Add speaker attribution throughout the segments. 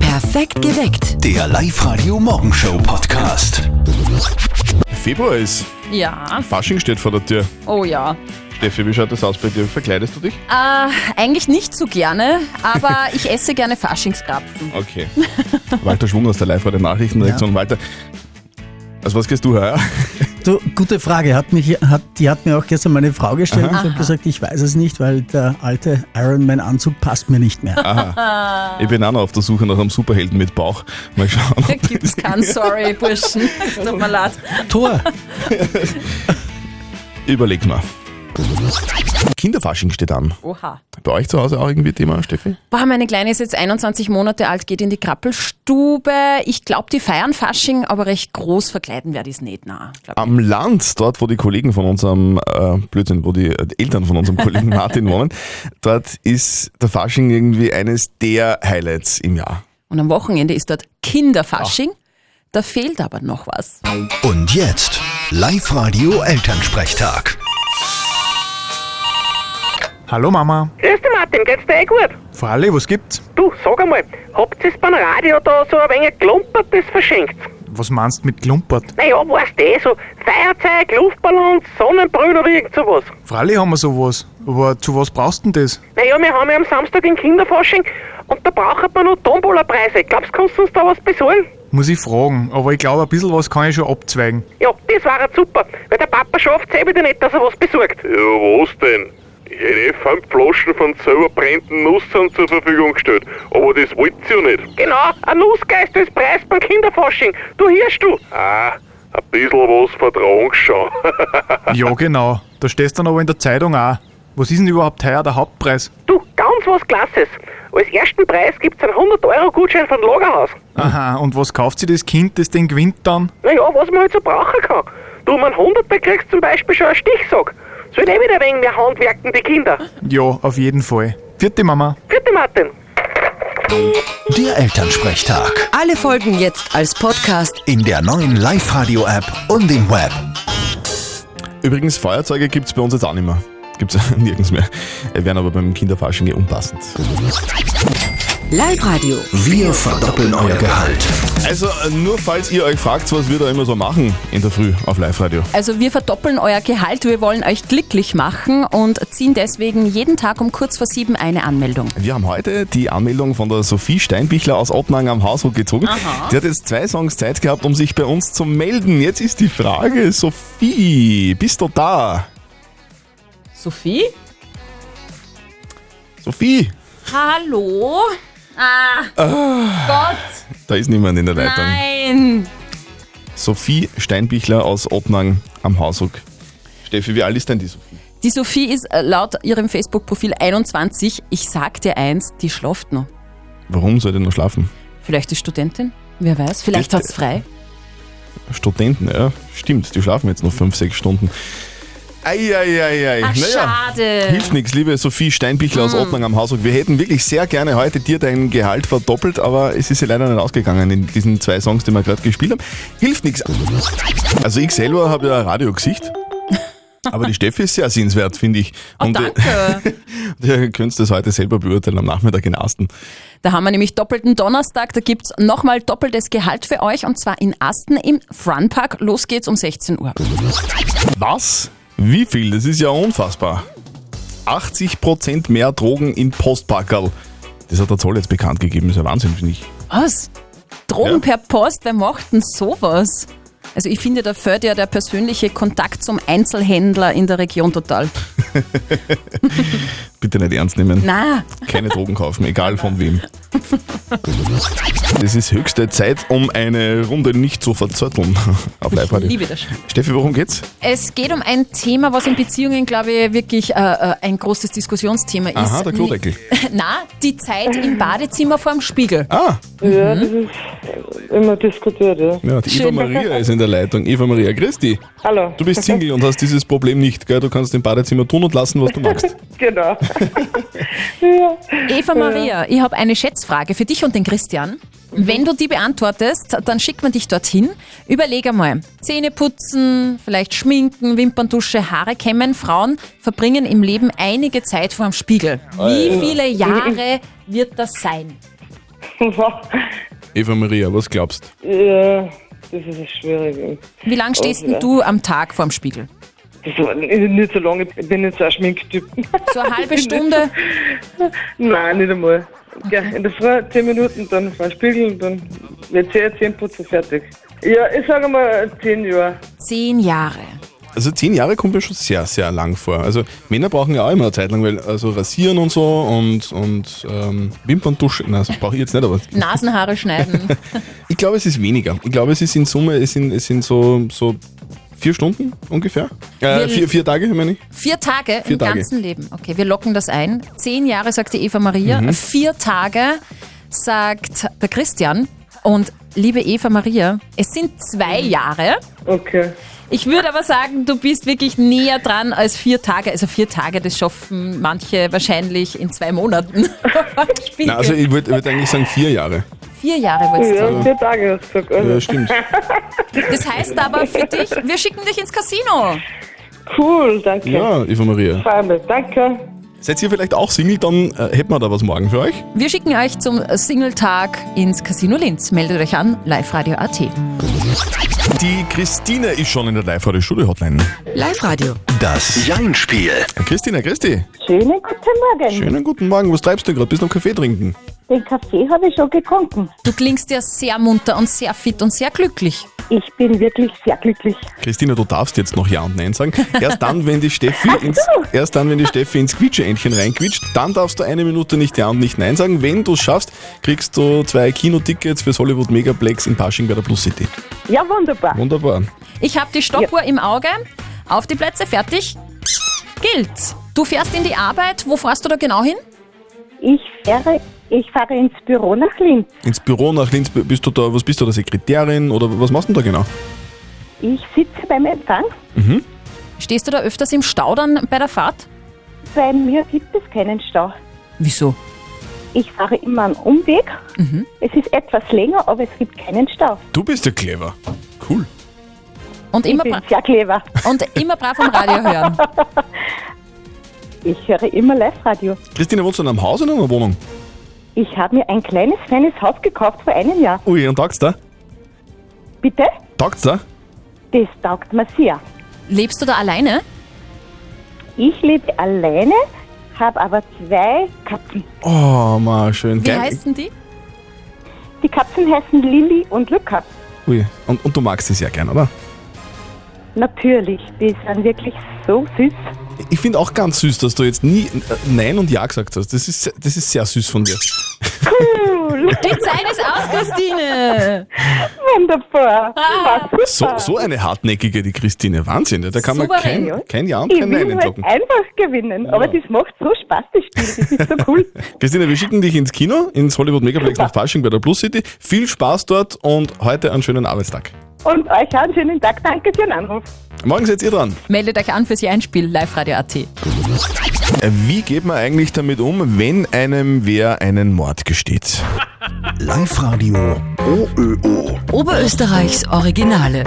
Speaker 1: Perfekt geweckt.
Speaker 2: Der Live-Radio Morgenshow Podcast.
Speaker 3: Februar ist.
Speaker 4: Ja,
Speaker 3: Fasching steht vor der Tür.
Speaker 4: oh ja.
Speaker 3: Steffi, wie schaut das aus bei dir? Verkleidest du dich?
Speaker 4: Äh, eigentlich nicht so gerne, aber ich esse gerne Faschingskrapfen.
Speaker 3: Okay. Walter Schwung aus der Live-Radio Nachrichtenredaktion. Walter, also was gehst du heuer?
Speaker 5: Du, gute Frage. Hat mich, hat, die hat mir auch gestern meine Frau gestellt. Ich habe gesagt, ich weiß es nicht, weil der alte Ironman-Anzug passt mir nicht mehr.
Speaker 3: Ich bin auch noch auf der Suche nach einem Superhelden mit Bauch. Mal schauen. ob-
Speaker 4: Gibt's keinen, sorry, Burschen. Es Tut mir leid.
Speaker 5: Tor!
Speaker 3: Überleg mal. Kinderfasching steht an.
Speaker 4: Oha.
Speaker 3: Bei euch zu Hause auch irgendwie Thema, Steffi?
Speaker 4: Boah, meine Kleine ist jetzt 21 Monate alt, geht in die Krappelstube. Ich glaube, die feiern Fasching, aber recht groß verkleiden werde ich es nicht. Na, glaub ich.
Speaker 3: Am Land, dort wo die Kollegen von unserem, äh, Blödsinn, wo die äh, Eltern von unserem Kollegen Martin wohnen, dort ist der Fasching irgendwie eines der Highlights im Jahr.
Speaker 4: Und am Wochenende ist dort Kinderfasching. Da fehlt aber noch was.
Speaker 2: Und jetzt Live-Radio Elternsprechtag.
Speaker 6: Hallo Mama.
Speaker 7: Grüß dich Martin, geht's dir eh gut?
Speaker 6: Fralli, was gibt's?
Speaker 7: Du, sag einmal, habt ihr beim Radio da so ein wenig Klumpertes verschenkt?
Speaker 6: Was meinst du mit Klumpert?
Speaker 7: Naja, weißt du eh, so Feuerzeug, Luftballons, Sonnenbrühen oder irgend sowas.
Speaker 6: Fralli haben wir sowas. Aber zu was brauchst denn das?
Speaker 7: Naja, wir haben ja am Samstag den Kinderfasching und da braucht man noch Tombola-Preise. Glaubst du, kannst du uns da was besorgen?
Speaker 6: Muss ich fragen, aber ich glaube, ein bisschen was kann ich schon abzweigen.
Speaker 7: Ja, das wäre super, weil der Papa schafft es eh wieder nicht, dass er was besorgt.
Speaker 8: Ja, was denn? Ich hätte eh fünf Flaschen von selber brennenden Nussern zur Verfügung gestellt, aber das wollt ihr ja nicht.
Speaker 7: Genau, ein Nussgeist als Preis beim Kinderfasching. Du hörst du.
Speaker 8: Ah, ein bisschen was vertragen schon.
Speaker 6: Ja, genau. Da stehst dann aber in der Zeitung auch. Was ist denn überhaupt heuer der Hauptpreis?
Speaker 7: Du, ganz was Klasses. Als ersten Preis gibt's einen 100-Euro-Gutschein von Lagerhaus.
Speaker 9: Hm.
Speaker 6: Aha, und was kauft sich das Kind, das den gewinnt dann?
Speaker 7: Naja, was man halt so brauchen kann. Du, um einen Hunderter kriegst zum Beispiel schon einen Stichsack. Sollen eh wieder ein wenig mehr handwerken, die Kinder.
Speaker 6: Ja, auf jeden Fall. Vierte Mama.
Speaker 7: Vierte Martin.
Speaker 2: Der Elternsprechtag.
Speaker 1: Alle Folgen jetzt als Podcast.
Speaker 2: In der neuen Live-Radio-App und im Web.
Speaker 3: Übrigens, Feuerzeuge gibt's bei uns jetzt auch nicht mehr. Gibt's nirgends mehr. Äh, Wären aber beim Kinderfasching eh unpassend.
Speaker 1: Live-Radio.
Speaker 2: Wir verdoppeln euer Gehalt.
Speaker 3: Also, äh, nur falls ihr euch fragt, was wir da immer so machen in der Früh auf Live-Radio.
Speaker 4: Also wir verdoppeln euer Gehalt, wir wollen euch glücklich machen und ziehen deswegen jeden Tag um kurz vor sieben eine Anmeldung.
Speaker 3: Wir haben heute die Anmeldung von der Sophie Steinbichler aus Ottnang am Haushof gezogen. Die hat jetzt zwei Songs Zeit gehabt, um sich bei uns zu melden. Jetzt ist die Frage, Sophie, bist du da?
Speaker 4: Sophie?
Speaker 3: Sophie,
Speaker 4: Hallo? Ah, Gott,
Speaker 3: da ist niemand in der Leitung.
Speaker 4: nein.
Speaker 3: Sophie Steinbichler aus Ottnang am Haushof. Steffi, wie alt ist denn die Sophie?
Speaker 4: Die Sophie ist äh, laut ihrem Facebook-Profil 21. Ich sag dir eins, die schlaft noch.
Speaker 3: Warum soll die noch schlafen?
Speaker 4: Vielleicht ist Studentin, wer weiß, vielleicht
Speaker 3: Das-
Speaker 4: hat's frei.
Speaker 3: Studenten, ja, stimmt, die schlafen jetzt noch fünf, sechs Stunden. Eieiei,
Speaker 4: Ach, schade. Hm.
Speaker 3: Hilft nichts, liebe Sophie Steinbichler aus Ordnung am Haushof. Wir hätten wirklich sehr gerne heute dir dein Gehalt verdoppelt, aber es ist ja leider nicht ausgegangen in diesen zwei Songs, die wir gerade gespielt haben. Hilft nichts. Also ich selber habe ja ein Radiogesicht. Aber die Steffi ist sehr sehenswert, finde ich. Und äh,
Speaker 4: Oh, Danke.
Speaker 3: ihr könnt das heute selber beurteilen am Nachmittag in Asten.
Speaker 4: Da haben wir nämlich doppelten Donnerstag, da gibt's nochmal doppeltes Gehalt für euch und zwar in Asten im Fun-Park. Los geht's um 16 Uhr.
Speaker 3: Was? Wie viel? Das ist ja unfassbar. 80% mehr Drogen in Postpackerl. Das hat der Zoll jetzt bekannt gegeben, ist ja Wahnsinn, finde ich.
Speaker 4: Was? Drogen
Speaker 3: Ja.
Speaker 4: per Post, wer macht denn sowas? Also ich finde, da fördert ja der persönliche Kontakt zum Einzelhändler in der Region total.
Speaker 3: Bitte nicht ernst nehmen.
Speaker 4: Na,
Speaker 3: Keine Drogen kaufen, egal von wem. Es ist höchste Zeit, um eine Runde nicht zu verzötteln auf live
Speaker 4: ich
Speaker 3: -Radio.
Speaker 4: liebe das schon.
Speaker 3: Steffi, worum geht's?
Speaker 4: Es geht um ein Thema, was in Beziehungen, glaube ich, wirklich äh, äh, ein großes Diskussionsthema ist.
Speaker 3: Aha, der Klodeckel.
Speaker 4: Na, die Zeit im Badezimmer vor dem Spiegel.
Speaker 3: Ah,
Speaker 10: Ja, das
Speaker 4: Mhm.
Speaker 10: ist immer diskutiert, ja.
Speaker 3: ja, die Eva
Speaker 4: Schön.
Speaker 3: Maria ist in der Leitung. Eva Maria, Christi.
Speaker 10: Hallo.
Speaker 3: Du bist Single und hast dieses Problem nicht, gell? Du kannst im Badezimmer tun und lassen, was du magst.
Speaker 10: Genau. ja.
Speaker 4: Eva Maria, ich habe eine Schätzfrage für dich und den Christian. Wenn du die beantwortest, dann schickt man dich dorthin. Überleg einmal, Zähne putzen, vielleicht schminken, Wimperntusche, Haare kämmen. Frauen verbringen im Leben einige Zeit vor dem Spiegel. Wie viele Jahre wird das sein?
Speaker 3: Eva Maria, was glaubst
Speaker 10: Ja, das ist schwierig.
Speaker 4: Wie lange stehst denn
Speaker 10: ja.
Speaker 4: du am Tag vorm Spiegel?
Speaker 10: Das war nicht so lange, ich bin nicht so ein Schminktyp.
Speaker 4: So eine halbe Stunde?
Speaker 10: Nein, nicht einmal. Ja, in der Früh 10 Minuten, dann vor den Spiegel und dann wird sehr 10 Putzen fertig. Ja, ich sage mal 10 Jahre.
Speaker 4: Zehn Jahre.
Speaker 3: Also zehn Jahre kommt mir schon sehr, sehr lang vor. Also Männer brauchen ja auch immer eine Zeit lang, weil also rasieren und so und, und ähm, Wimperntusche, nein, das brauche ich jetzt nicht, aber
Speaker 4: Nasenhaare schneiden.
Speaker 3: ich glaube, es ist weniger. Ich glaube, es ist in Summe, es sind, es sind so, so vier Stunden ungefähr. Äh,
Speaker 4: Wir-
Speaker 3: vier, vier Tage, meine ich.
Speaker 4: Vier Tage
Speaker 3: Vier
Speaker 4: im
Speaker 3: Tage.
Speaker 4: ganzen Leben. Okay, wir locken das ein. Zehn Jahre, sagt die Eva Maria.
Speaker 3: Mhm.
Speaker 4: Vier Tage, sagt der Christian. Und liebe Eva Maria, es sind zwei
Speaker 3: Mhm.
Speaker 4: Jahre.
Speaker 10: Okay.
Speaker 4: Ich würde aber sagen, du bist wirklich näher dran als vier Tage. Also vier Tage, das schaffen manche wahrscheinlich in zwei Monaten.
Speaker 3: Nein, also ich würde würd eigentlich sagen vier Jahre.
Speaker 4: vier Jahre wolltest
Speaker 10: Ja, 4 Tage hast du gesagt.
Speaker 3: Ja,
Speaker 10: Also,
Speaker 3: stimmt.
Speaker 4: du. Das heißt aber für dich, wir schicken dich ins Casino.
Speaker 10: cool, danke.
Speaker 3: Ja, Eva Maria.
Speaker 10: Vor allem, danke.
Speaker 3: Seid ihr vielleicht auch Single, dann äh, hätten wir da was morgen für euch.
Speaker 4: Wir schicken euch zum Singletag ins Casino Linz. Meldet euch an, liveradio.at.
Speaker 3: Die Christine ist schon in der Live-Radio-Studio-Hotline.
Speaker 1: Live-Radio.
Speaker 2: Das Jein-Spiel.
Speaker 3: Christina, Christi.
Speaker 11: Schönen guten Morgen.
Speaker 3: Schönen guten Morgen. Was treibst du gerade? Bist du am Kaffee trinken?
Speaker 11: Den Kaffee habe ich schon getrunken.
Speaker 4: Du klingst ja sehr munter und sehr fit und sehr glücklich.
Speaker 11: Ich bin wirklich sehr glücklich.
Speaker 3: Christina, du darfst jetzt noch Ja und Nein sagen. Erst dann, wenn die Steffi ins, erst dann, wenn die Steffi ins Quietscheentchen reinquietscht, dann darfst du eine Minute nicht Ja und nicht Nein sagen. Wenn du es schaffst, kriegst du zwei Kinotickets fürs Hollywood Megaplex in Pasching bei der Plus City.
Speaker 11: Ja, wunderbar.
Speaker 3: Wunderbar.
Speaker 4: Ich habe die Stoppuhr im Auge. Auf die Plätze, fertig. Gilt. Du fährst in die Arbeit. Wo fährst du da genau hin?
Speaker 11: Ich fahre, ich fahre ins Büro nach Linz.
Speaker 3: Ins Büro nach Linz, bist du da, was bist du da, Sekretärin oder was machst du da genau?
Speaker 11: Ich sitze beim Empfang.
Speaker 4: Stehst du da öfters im Stau dann bei der Fahrt?
Speaker 11: Bei mir gibt es keinen Stau.
Speaker 4: Wieso?
Speaker 11: Ich fahre immer einen Umweg. Es ist etwas länger, aber es gibt keinen Stau.
Speaker 3: Du bist ja clever. Cool.
Speaker 4: Und
Speaker 11: Ich
Speaker 4: immer,
Speaker 11: bin
Speaker 4: bra
Speaker 11: sehr clever.
Speaker 4: und immer brav am Radio hören.
Speaker 11: Ich höre immer Live-Radio.
Speaker 3: Christina, wohnst du in einem Haus oder in einer Wohnung?
Speaker 11: Ich habe mir ein kleines, feines Haus gekauft vor einem Jahr.
Speaker 3: Ui, und taugt's da?
Speaker 11: Bitte?
Speaker 3: Taugt's da?
Speaker 11: Das taugt mir sehr.
Speaker 4: Lebst du da alleine?
Speaker 11: Ich lebe alleine, habe aber zwei Katzen.
Speaker 3: Oh, mal schön.
Speaker 4: Wie heißen die?
Speaker 11: Die Katzen heißen Lilly und Lukas.
Speaker 3: Ui, und, und du magst es ja gern, oder?
Speaker 11: Natürlich, die sind wirklich so süß.
Speaker 3: Ich finde auch ganz süß, dass du jetzt nie äh, Nein und Ja gesagt hast. Das ist, das ist sehr süß von dir.
Speaker 4: Die Zeit ist aus, Christine.
Speaker 11: Wunderbar. Ah,
Speaker 3: So, so eine hartnäckige, die Christine. Wahnsinn, da kann man
Speaker 4: Souverän,
Speaker 3: kein,
Speaker 11: ja.
Speaker 3: kein Ja und
Speaker 11: ich
Speaker 3: kein Nein
Speaker 11: will
Speaker 3: entlocken.
Speaker 11: halt einfach gewinnen, aber das macht so Spaß, das Spiel, das ist so cool.
Speaker 3: Christine, wir schicken dich ins Kino, ins Hollywood Megaplex nach Fasching bei der Plus City. Viel Spaß dort und heute einen schönen Arbeitstag.
Speaker 11: Und euch auch einen schönen Tag, danke für den Anruf.
Speaker 3: Morgen seid ihr dran.
Speaker 4: Meldet euch an fürs Einspiel, liveradio.at.
Speaker 3: Wie geht man eigentlich damit um, wenn einem wer einen Mord gesteht?
Speaker 2: Live-Radio OÖO.
Speaker 1: Oberösterreichs Originale.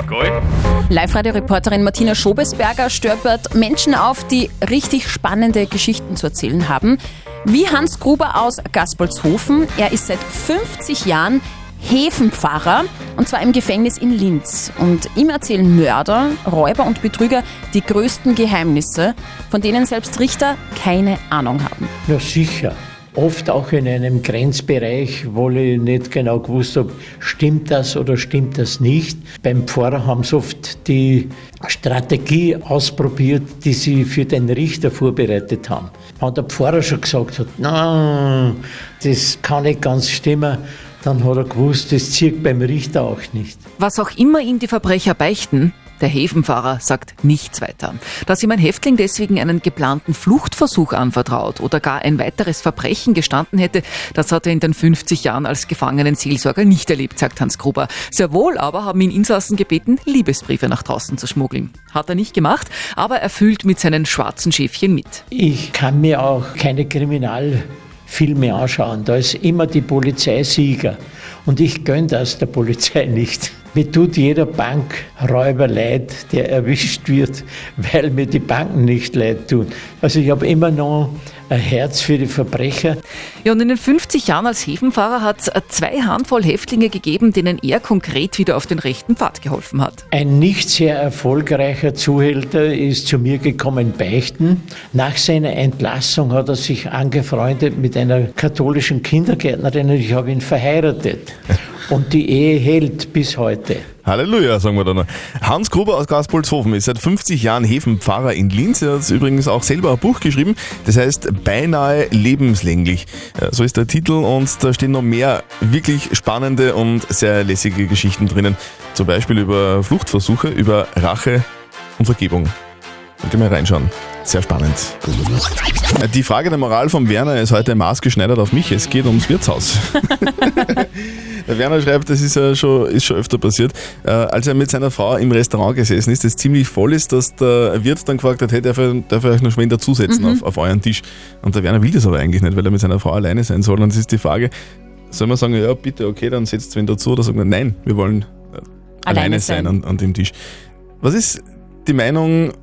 Speaker 4: Live-Radio-Reporterin Martina Schobesberger stolpert Menschen auf, die richtig spannende Geschichten zu erzählen haben. Wie Hans Gruber aus Gaspolshofen. Er ist seit 50 Jahren Hefenpfarrer und zwar im Gefängnis in Linz. Und ihm erzählen Mörder, Räuber und Betrüger die größten Geheimnisse, von denen selbst Richter keine Ahnung haben.
Speaker 7: Ja, sicher. Oft auch in einem Grenzbereich, wo ich nicht genau gewusst habe, stimmt das oder stimmt das nicht. Beim Pfarrer haben sie oft die Strategie ausprobiert, die sie für den Richter vorbereitet haben. Wenn der Pfarrer schon gesagt hat, nein, das kann nicht ganz stimmen, dann hat er gewusst, das zirkt beim Richter auch nicht.
Speaker 1: Was auch immer ihm die Verbrecher beichten, der Häfenfahrer sagt nichts weiter. Dass ihm ein Häftling deswegen einen geplanten Fluchtversuch anvertraut oder gar ein weiteres Verbrechen gestanden hätte, das hat er in den 50 Jahren als Gefangenenseelsorger nicht erlebt, sagt Hans Gruber. Sehr wohl aber haben ihn Insassen gebeten, Liebesbriefe nach draußen zu schmuggeln. Hat er nicht gemacht, aber er fühlt mit seinen schwarzen Schäfchen mit.
Speaker 7: Ich kann mir auch keine Kriminalfilme anschauen. Da ist immer die Polizei Sieger. Und ich gönne das der Polizei nicht. Mir tut jeder Bankräuber leid, der erwischt wird, weil mir die Banken nicht leid tun. Also ich habe immer noch ein Herz für die Verbrecher.
Speaker 1: Ja, und in den 50 Jahren als Hefenfahrer hat es zwei Handvoll Häftlinge gegeben, denen er konkret wieder auf den rechten Pfad geholfen hat.
Speaker 7: Ein nicht sehr erfolgreicher Zuhälter ist zu mir gekommen beichten. Nach seiner Entlassung hat er sich angefreundet mit einer katholischen Kindergärtnerin und ich habe ihn verheiratet. Und die Ehe hält bis heute.
Speaker 3: Halleluja, sagen wir da noch. Hans Gruber aus Gaspolzhofen ist seit 50 Jahren Hefenpfarrer in Linz. Er hat übrigens auch selber ein Buch geschrieben, das heißt Beinahe lebenslänglich. So ist der Titel und da stehen noch mehr wirklich spannende und sehr lässige Geschichten drinnen. Zum Beispiel über Fluchtversuche, über Rache und Vergebung. Könnt ihr mal reinschauen. Sehr spannend. Die Frage der Moral vom Werner ist heute maßgeschneidert auf mich. Es geht ums Wirtshaus. Der Werner schreibt, das ist ja schon, ist schon öfter passiert, äh, als er mit seiner Frau im Restaurant gesessen ist, das ziemlich voll ist, dass der Wirt dann gefragt hat, hey, darf, er, darf er euch noch Schwender zusetzen
Speaker 9: Mhm.
Speaker 3: auf, auf euren Tisch? Und der Werner will das aber eigentlich nicht, weil er mit seiner Frau alleine sein soll. Und es ist die Frage, soll man sagen, ja bitte, okay, dann setzt Schwender dazu oder sagen wir, nein, wir wollen äh, alleine,
Speaker 9: Alleine
Speaker 3: sein,
Speaker 9: sein.
Speaker 3: an, an dem Tisch. Was ist die Meinung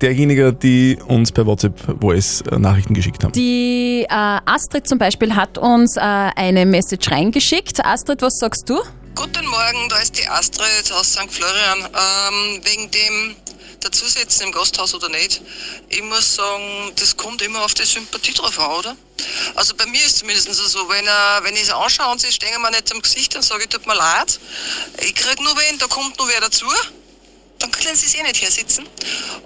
Speaker 3: derjenigen, die uns per WhatsApp Voice äh, Nachrichten geschickt haben?
Speaker 4: Die äh, Astrid zum Beispiel hat uns äh, eine Message reingeschickt. Astrid, was sagst du?
Speaker 12: Guten Morgen, da ist die Astrid aus St. Florian. Ähm, wegen dem Dazusitzen im Gasthaus oder nicht, ich muss sagen, das kommt immer auf die Sympathie drauf an, oder? Also bei mir ist es zumindest so, wenn, äh, wenn ich es anschaue und sie stehen mir nicht am Gesicht, dann sage ich, tut mir leid. Ich krieg nur wen, da kommt nur wer dazu. Dann können sie es eh nicht hersitzen.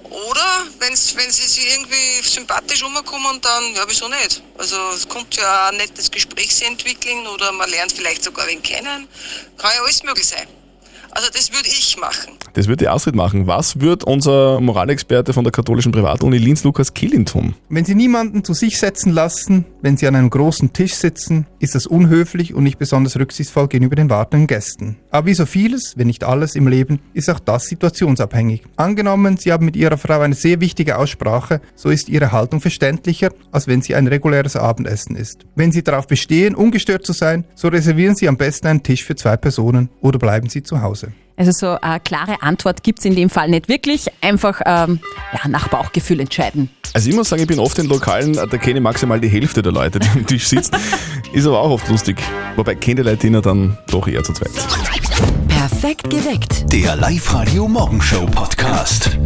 Speaker 12: Oder wenn's, wenn sie sich irgendwie sympathisch umkommen, dann ja, wieso nicht? Also es kommt ja ein nettes Gespräch sich entwickeln oder man lernt vielleicht sogar wen kennen. Kann ja alles möglich sein. Also das würde ich machen.
Speaker 3: Das wird die Astrid machen. Was wird unser Moralexperte von der katholischen Privatuni Linz Lukas Kehlin tun?
Speaker 9: Wenn Sie niemanden zu sich setzen lassen, wenn Sie an einem großen Tisch sitzen, ist das unhöflich und nicht besonders rücksichtsvoll gegenüber den wartenden Gästen. Aber wie so vieles, wenn nicht alles im Leben, ist auch das situationsabhängig. Angenommen, Sie haben mit Ihrer Frau eine sehr wichtige Aussprache, so ist Ihre Haltung verständlicher, als wenn sie ein reguläres Abendessen ist. Wenn Sie darauf bestehen, ungestört zu sein, so reservieren Sie am besten einen Tisch für zwei Personen oder bleiben Sie zu Hause.
Speaker 4: Also so eine klare Antwort gibt es in dem Fall nicht wirklich. Einfach ähm, ja, nach Bauchgefühl entscheiden.
Speaker 3: Also ich muss sagen, ich bin oft in Lokalen, äh, da kenne ich maximal die Hälfte der Leute, die am Tisch sitzen. Ist aber auch oft lustig. Wobei kennt die Leute ihn ja dann doch eher zu zweit.
Speaker 13: Perfekt geweckt.
Speaker 2: Der Live-Radio Morgenshow Podcast.